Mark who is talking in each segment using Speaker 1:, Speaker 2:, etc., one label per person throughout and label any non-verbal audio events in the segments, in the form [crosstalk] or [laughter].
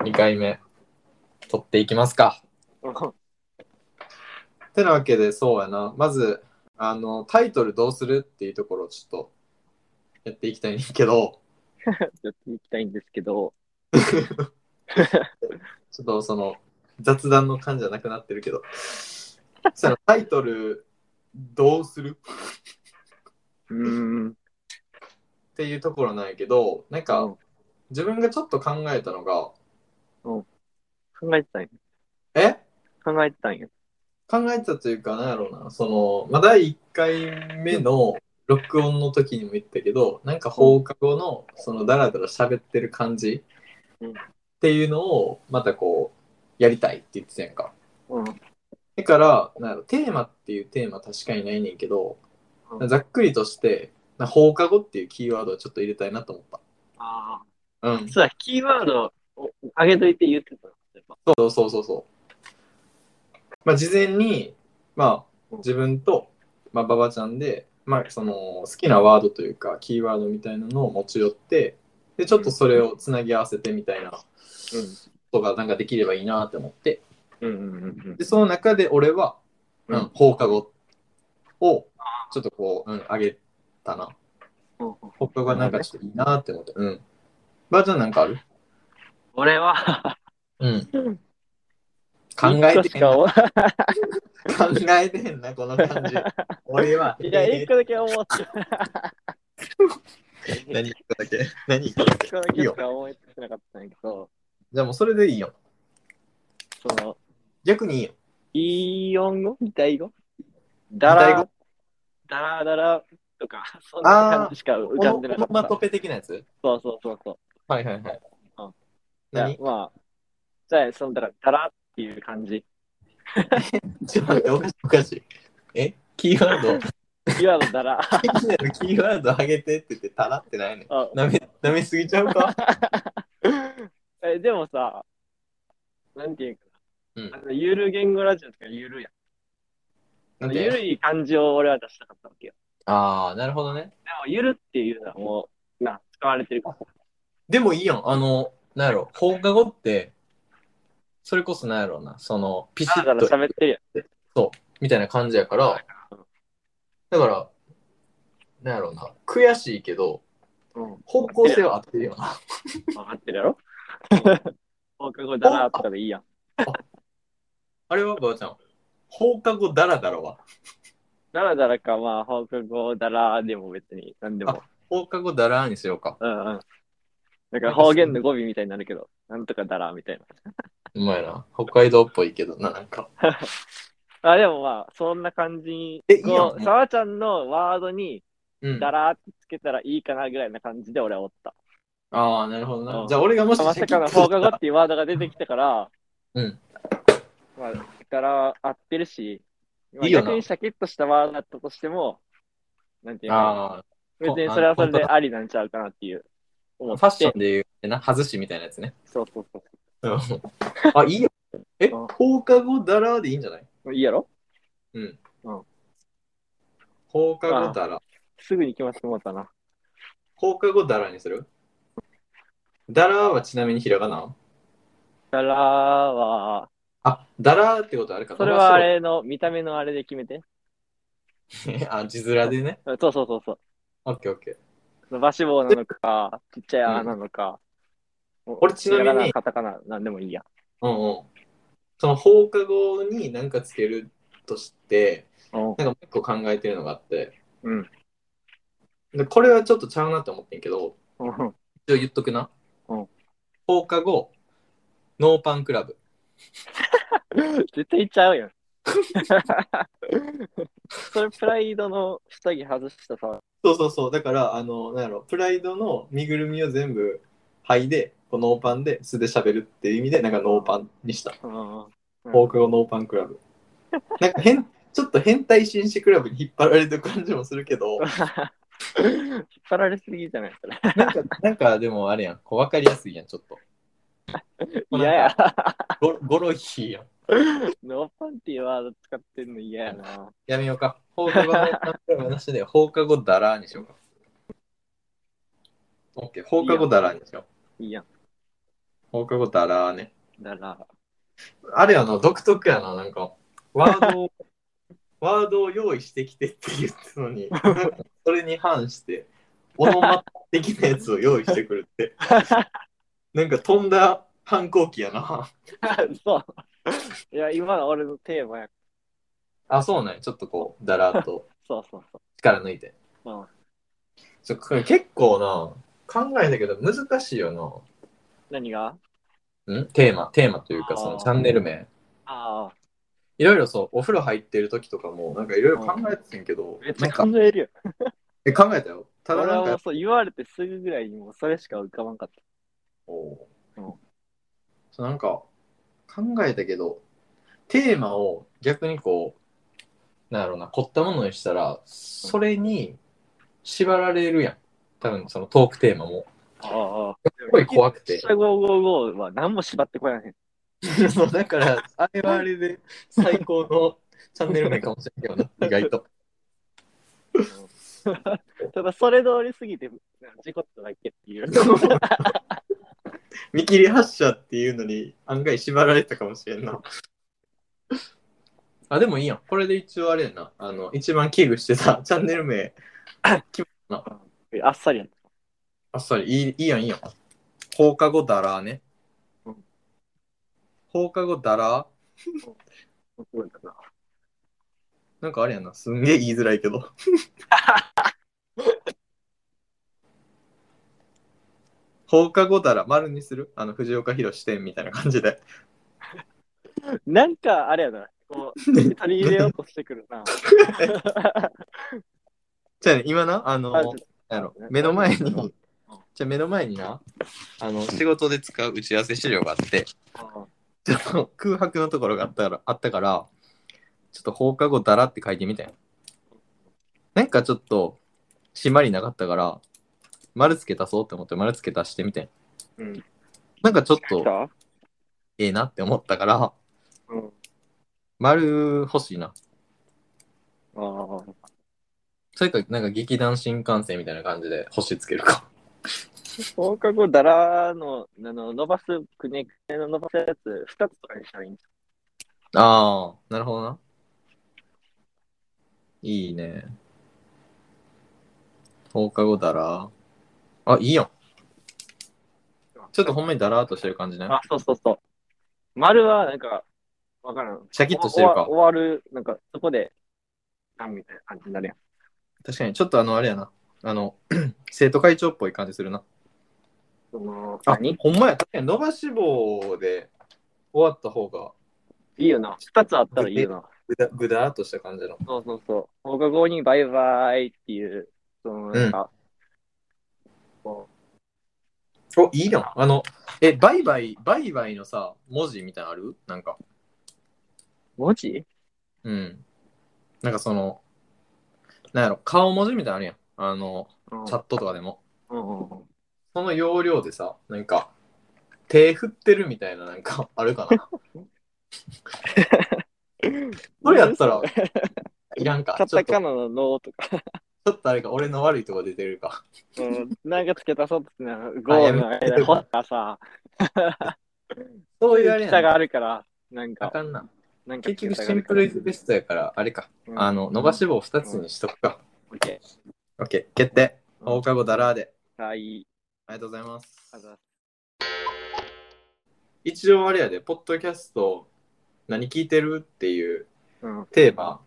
Speaker 1: 2回目、撮っていきますか。てなわけで、そうやな。まず、あの、タイトルどうするっていうところをちょっと、やっていきたいんやけど、
Speaker 2: やっていきたいんですけど、
Speaker 1: ちょっとその、雑談の感じじゃなくなってるけど、そのタイトルどうする
Speaker 2: うーん。
Speaker 1: っていうところなんやけど、なんか、
Speaker 2: うん
Speaker 1: 自分がちょっと考えたのが、
Speaker 2: 考えてたんや。
Speaker 1: え
Speaker 2: 考えてたんや。
Speaker 1: 考えてたというか、なんやろうな、その、まあ、第1回目の録音の時にも言ったけど、なんか放課後の、その、だらだら喋ってる感じ、
Speaker 2: うん
Speaker 1: っていうのを、またこう、やりたいって言ってたやんか。
Speaker 2: うん。
Speaker 1: だから、なんやろテーマっていうテーマ確かにないねんけど、
Speaker 2: うん
Speaker 1: ざっくりとして、な放課後っていうキーワードをちょっと入れたいなと思っ
Speaker 2: あ
Speaker 1: た。
Speaker 2: あ。
Speaker 1: うん。
Speaker 2: そうだ、キーワードを上げといて言ってたの。やっぱ
Speaker 1: そうそうそうそう。まあ、事前に、まあ、自分と、まあ、馬場ちゃんで、まあ、その、好きなワードというか、キーワードみたいなのを持ち寄って、で、ちょっとそれをつなぎ合わせてみたいなことがなんかできればいいなって思って、
Speaker 2: うん。うんうんうん
Speaker 1: で、その中で俺は、う
Speaker 2: う
Speaker 1: んん、放課後を、ちょっとこう、うん、あげたな。
Speaker 2: うん。
Speaker 1: 放課後はなんかちょっといいなって思って、うん。馬場ちゃんなんかある
Speaker 2: 俺は、
Speaker 1: うん。考え
Speaker 2: 一個
Speaker 1: て
Speaker 2: し
Speaker 1: へんな
Speaker 2: か思
Speaker 1: 考えてへんな、この感じ。俺は。
Speaker 2: [laughs] いや、一個だけ思って。
Speaker 1: 何言っただけ何言っただけ
Speaker 2: 一個だけしか思いつかなかったんやけど、
Speaker 1: じゃあもうそれでいいよ。
Speaker 2: その、
Speaker 1: 逆にいいよ。
Speaker 2: いい音語擬態語だら、だらだらとか、そんな感じしか浮かんでなか
Speaker 1: オノマ
Speaker 2: った
Speaker 1: ト。ペ的なやつ
Speaker 2: そうそうそうそう。
Speaker 1: はいはいはい。
Speaker 2: じゃ
Speaker 1: 何
Speaker 2: あまあ、じゃあ、その、だから、だらっていう感じ。
Speaker 1: ちょっと待って、おかしいおかしい。えキーワード、
Speaker 2: いわゆる
Speaker 1: [laughs]
Speaker 2: だら。
Speaker 1: 気になるキーワード上げてって言って、たらってないねん。
Speaker 2: あ
Speaker 1: なめ、なめすぎちゃうか
Speaker 2: えでもさ、なんていうか
Speaker 1: うん
Speaker 2: な、あのゆる言語ラジオとかゆるや
Speaker 1: なん
Speaker 2: ん。
Speaker 1: て
Speaker 2: ゆるい感じを俺は出したかったわけよ。
Speaker 1: ああ、なるほどね。
Speaker 2: でも、ゆるっていうのはもう、な、使われてるから。
Speaker 1: でもいいやん。あの、なんやろ、放課後って、それこそなんやろうな、その、ピシ
Speaker 2: だら
Speaker 1: ッ
Speaker 2: だら喋っ
Speaker 1: と、
Speaker 2: てる
Speaker 1: みたいな感じやから、だから、なんやろうな、悔しいけど、
Speaker 2: やん。うん。
Speaker 1: 方向性は合ってるよな。
Speaker 2: わかってるや
Speaker 1: [laughs]
Speaker 2: ろ放課後だらとかでいいやん。
Speaker 1: あれは、ばあちゃん。放課後だらだらは。
Speaker 2: だらだらか、まあ、放課後だらでも別に、なんでも。
Speaker 1: 放課後だらーにしようか。
Speaker 2: うんうん。だから方言の語尾みたいになるけど、なんとかだらみたいう
Speaker 1: まいな。北海道っぽいけどな、なんか。
Speaker 2: な。あ、でもまあ、そんな感じに、
Speaker 1: えいいやん
Speaker 2: こう、沢ちゃんのワードに、
Speaker 1: うん。
Speaker 2: だ
Speaker 1: あ
Speaker 2: らーってつけたらいいかなぐらいな感じで俺はおった。
Speaker 1: あー、なるほど
Speaker 2: う
Speaker 1: な。
Speaker 2: ん
Speaker 1: じゃあ、俺がもし、
Speaker 2: まさかの放課後っていうワードが出てきたから、
Speaker 1: うん。
Speaker 2: まあ、だら合ってるし、まあ
Speaker 1: いいよな
Speaker 2: 逆にシャキッとしたワードだったとしても、なんていうか、
Speaker 1: あ
Speaker 2: 別にそれはそれでありなんちゃうかなっていう思
Speaker 1: あ、
Speaker 2: っ
Speaker 1: ファッシ
Speaker 2: て
Speaker 1: ョン、で言うな、外しみたいなやつね。
Speaker 2: そうそうそ
Speaker 1: うん [laughs] あ、いいよ。え、
Speaker 2: うん。
Speaker 1: 放課後だらーでいいんじゃないう
Speaker 2: いいやろ
Speaker 1: うん。
Speaker 2: うん
Speaker 1: 放課後だら。
Speaker 2: すぐに来ますと思ったな。
Speaker 1: 放課後だらにするだらはちなみにひらがな
Speaker 2: だらーは、
Speaker 1: あ、だらーってことあれか。
Speaker 2: それはあれの、見た目のあれで決めて。
Speaker 1: 飛ばそう。あ、字面でね。
Speaker 2: そうそうそうそう。
Speaker 1: オッケーオッケー。
Speaker 2: バシボーなのか、ちっちゃいあなのか。
Speaker 1: 俺ちなみに
Speaker 2: ひらがカタカナ、なんでもいいや。
Speaker 1: うんうん。その放課後に何かつけるとして、
Speaker 2: うん。
Speaker 1: なんかもう一個考えてるのがあって、
Speaker 2: うん。
Speaker 1: でこれはちょっとちゃうなって思ってんけど、
Speaker 2: うん
Speaker 1: 一応言っとくな。
Speaker 2: うん
Speaker 1: 放課後、ノーパンクラブ。
Speaker 2: 絶対行っちゃうよ。 [laughs] それプライドの下着外したさ。
Speaker 1: そうそうそう。だから、あの、なんやろ、プライドの身ぐるみを全部剥いで、こうノーパンで素で喋るっていう意味で、なんかノーパンにした。
Speaker 2: うん。
Speaker 1: 放課後ノーパンクラブ。なんか変、ちょっと変態紳士クラブに引っ張られてる感じもするけど、
Speaker 2: 引っ張られすぎじゃないそれ。
Speaker 1: なんか、なんかでもあれやん、こう分かりやすいやん、ちょっと。
Speaker 2: 嫌や。
Speaker 1: ゴゴロヒーやん。
Speaker 2: ノーパンっていうワード使ってんの嫌やな。
Speaker 1: やめようか。放課後の話なしで、放課後だらーにしようか。オッケー、放課後だらーにしよ
Speaker 2: いいやん。
Speaker 1: う。放課後だらーね。
Speaker 2: だら、 [laughs]
Speaker 1: あれやな、独特やな、なん [laughs] か、ワードを、ワードを用意してきてって言ったの [laughs] に、それに反して、オノマ的なやつを用意してくる [laughs] って、なんか飛んだ反抗期やな。
Speaker 2: そう。いや、今の俺のテーマや。
Speaker 1: あ、そうなんやちょっとこう、だらーっと
Speaker 2: そうそうそ
Speaker 1: 力抜いて。
Speaker 2: う。うん。
Speaker 1: ちょこれ結構な、考えたけど難しいよ
Speaker 2: 何が
Speaker 1: な。んテーマ、テーマというか、そ
Speaker 2: あ
Speaker 1: の
Speaker 2: ー
Speaker 1: チャンネル名。
Speaker 2: ああ、
Speaker 1: いろいろそう、お風呂入ってる時とかも、なんかいろいろ考えてんけど、
Speaker 2: めっち
Speaker 1: な
Speaker 2: ゃ
Speaker 1: んか
Speaker 2: 考、えるよ。
Speaker 1: え、考えたよ。ただ
Speaker 2: 俺
Speaker 1: なん
Speaker 2: はもう
Speaker 1: か、
Speaker 2: そう言われてすぐぐらいにもうそれしか浮かばんかっ
Speaker 1: こう
Speaker 2: うん
Speaker 1: そうなんか、考えたけど、テーマを逆にこう、なんやろうな、凝ったものにしたら、それに縛られるやん。多分そのトークテーマも。
Speaker 2: た。ああ。
Speaker 1: すごい怖くて。
Speaker 2: 下ゴーゴーゴーは何も縛ってこやへん。 [laughs]
Speaker 1: そうだから、あれはあれで最高のチャンネル名かもしれんけどな、 [laughs] 意外と。
Speaker 2: ただそれ通りすぎて、なんか事故っただけって
Speaker 1: [laughs]
Speaker 2: いう。
Speaker 1: 見切り発車っていうのに案外縛られたかもしれんな。あ、でもいいやん。これで一応あれやな。あの、一番危惧してたチャンネル名。
Speaker 2: あっさりやっ
Speaker 1: あっさり、いいいいやん、いいやん。放課後だらーね
Speaker 2: うん。
Speaker 1: 放課後だらー
Speaker 2: た。覚えたな
Speaker 1: なんかあれやな。すんげえ言いづらいけ
Speaker 2: [laughs]
Speaker 1: ど。放課後だら、丸にするあの、藤岡弘店みたいな感じで。
Speaker 2: なんかあれやな。こう、取り入れようとしてくるな。
Speaker 1: じゃあね、今な、 [laughs] あ
Speaker 2: あちょ
Speaker 1: の
Speaker 2: っ、
Speaker 1: あの目の前
Speaker 2: うん
Speaker 1: に、じゃあ目の前にな、あの、仕事で使う打ち合わせ資料があって、
Speaker 2: と
Speaker 1: ちょっと [laughs] 空白のところがあったから、あったからちょっと放課後だらって書いてみたよ。なんかちょっと、締まりなかったから、丸つけ足そうって思って丸つけ足してみてん。
Speaker 2: うん
Speaker 1: なんかちょっ
Speaker 2: 来
Speaker 1: と、
Speaker 2: た
Speaker 1: ええなって思ったから、
Speaker 2: うん。
Speaker 1: 丸欲しいな。
Speaker 2: ああ。
Speaker 1: それか、なんか劇団新幹線みたいな感じで星つけるか。
Speaker 2: 放課後、だらの、あの、伸ばす、くねくねの伸ばすやつ、二つとかにしたらいいんじ
Speaker 1: ああ、なるほどな。いいね。放課後だら。あ、いいやん。
Speaker 2: ゃん。
Speaker 1: ちょっとほんまにだらーっとしてる感じね。
Speaker 2: あ、そうそうそう。丸は、なんか、わからん。
Speaker 1: シャキッとしてるか
Speaker 2: お。終わる、なんか、そこで、なんみたいな感じになるやん。
Speaker 1: 確かに、ちょっとあの、あれやな。あの、 [clears throat] 生徒会長っぽい感じするな。
Speaker 2: その、
Speaker 1: あ
Speaker 2: 何、
Speaker 1: ほんまや。確かに伸ばし棒で終わった方が、
Speaker 2: いいよな。二つあったらいいよな。
Speaker 1: ぐだぐだーっとした感じの。
Speaker 2: そうそうそう。放課後にバイバイっていう、その、なんか、こ
Speaker 1: お、いいやん。あの、え、バイバイ、バイバイのさ、文字みたいなのあるなんか。
Speaker 2: う文字
Speaker 1: うん。なんかその、なんやろ、顔文字みたいなのあるやん。あの、
Speaker 2: うん
Speaker 1: チャットとかでも。
Speaker 2: うんうんうん
Speaker 1: その要領でさ、なんか、手振ってるみたいな、なんか、 [laughs] あるかな。それやったら、いらんか。
Speaker 2: カ
Speaker 1: ちょっと、
Speaker 2: タ
Speaker 1: ち
Speaker 2: カナのノー
Speaker 1: [laughs]
Speaker 2: とか、
Speaker 1: ょっとあれか、俺の悪いとこ出てるか。
Speaker 2: うん、なんか付け足そうとしてな、ゴールの間に、ほったさ、
Speaker 1: そういうあれや
Speaker 2: 下
Speaker 1: な
Speaker 2: があるから、なん
Speaker 1: あ
Speaker 2: か、
Speaker 1: かんな。
Speaker 2: なんか
Speaker 1: 結局、シンプルイズベストやから、あれか。あの、伸ばし棒2つにしとくか。
Speaker 2: オッケ
Speaker 1: オッケー、決定。
Speaker 2: うん
Speaker 1: 放課後だらーで。
Speaker 2: ー。はい。
Speaker 1: ありがとうございます。
Speaker 2: あざ
Speaker 1: 一応あれやで、ポッドキャスト、何聞いてるっていう
Speaker 2: うん。
Speaker 1: テーマ、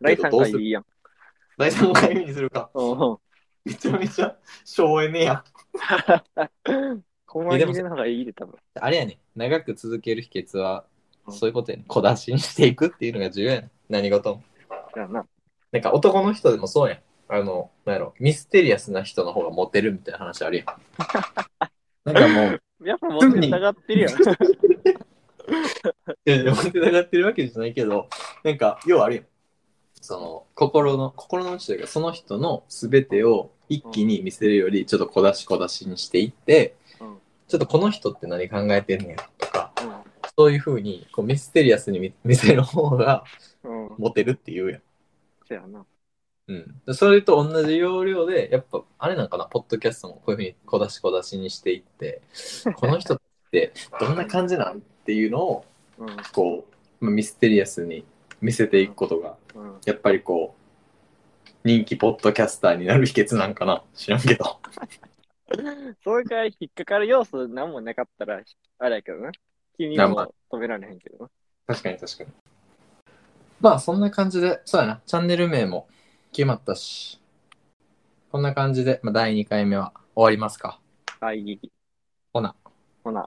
Speaker 2: 第3回でいいやん。
Speaker 1: 第3回目にするか。
Speaker 2: うん。
Speaker 1: めちゃめちゃ省エネや。
Speaker 2: こま切れの方がいいで、多分。
Speaker 1: あれやね、長く続ける秘訣は、
Speaker 2: うん
Speaker 1: そういうことやね。小出しにしていくっていうのが重要やね。何事も。
Speaker 2: だよな。
Speaker 1: なんか男の人でもそうやん。あの、なんやろ、ミステリアスな人の方がモテるみたいな話ある [laughs] やん。なんかもう、
Speaker 2: やっぱもう下がってるやん。
Speaker 1: いやいやモテたがってるわけじゃないけど、なんか、要はあるやん。その、心の、心の内というか、その人の全てを一気に見せるより、ちょっと小出し小出しにしていって、
Speaker 2: うん
Speaker 1: ちょっとこの人って何考えてんねやとか、そういうふうにこうミステリアスに見 [laughs] 見せる方が
Speaker 2: うん。うん。
Speaker 1: モテるっていうやん。
Speaker 2: そうやな。
Speaker 1: うん、でそれと同じ要領で、やっぱ、あれなんかな、ポッドキャストもこういうふうに小出し小出しにしていって、この人ってどんな感じなんっていうのを
Speaker 2: うん
Speaker 1: こうまあミステリアスに見せていくことが
Speaker 2: うん
Speaker 1: やっぱりこう人気ポッドキャスターになる秘訣なんかな知らんけど
Speaker 2: それからい引っかかる要素何もなかったら、あれやけどな。君
Speaker 1: なんも
Speaker 2: も止められへんけどな。
Speaker 1: 確かに確かにまあそんな感じでそうやなチャンネル名も決まったしこんな感じで、まあ、第2回目は終わりますか
Speaker 2: はい。
Speaker 1: ほな
Speaker 2: ほな。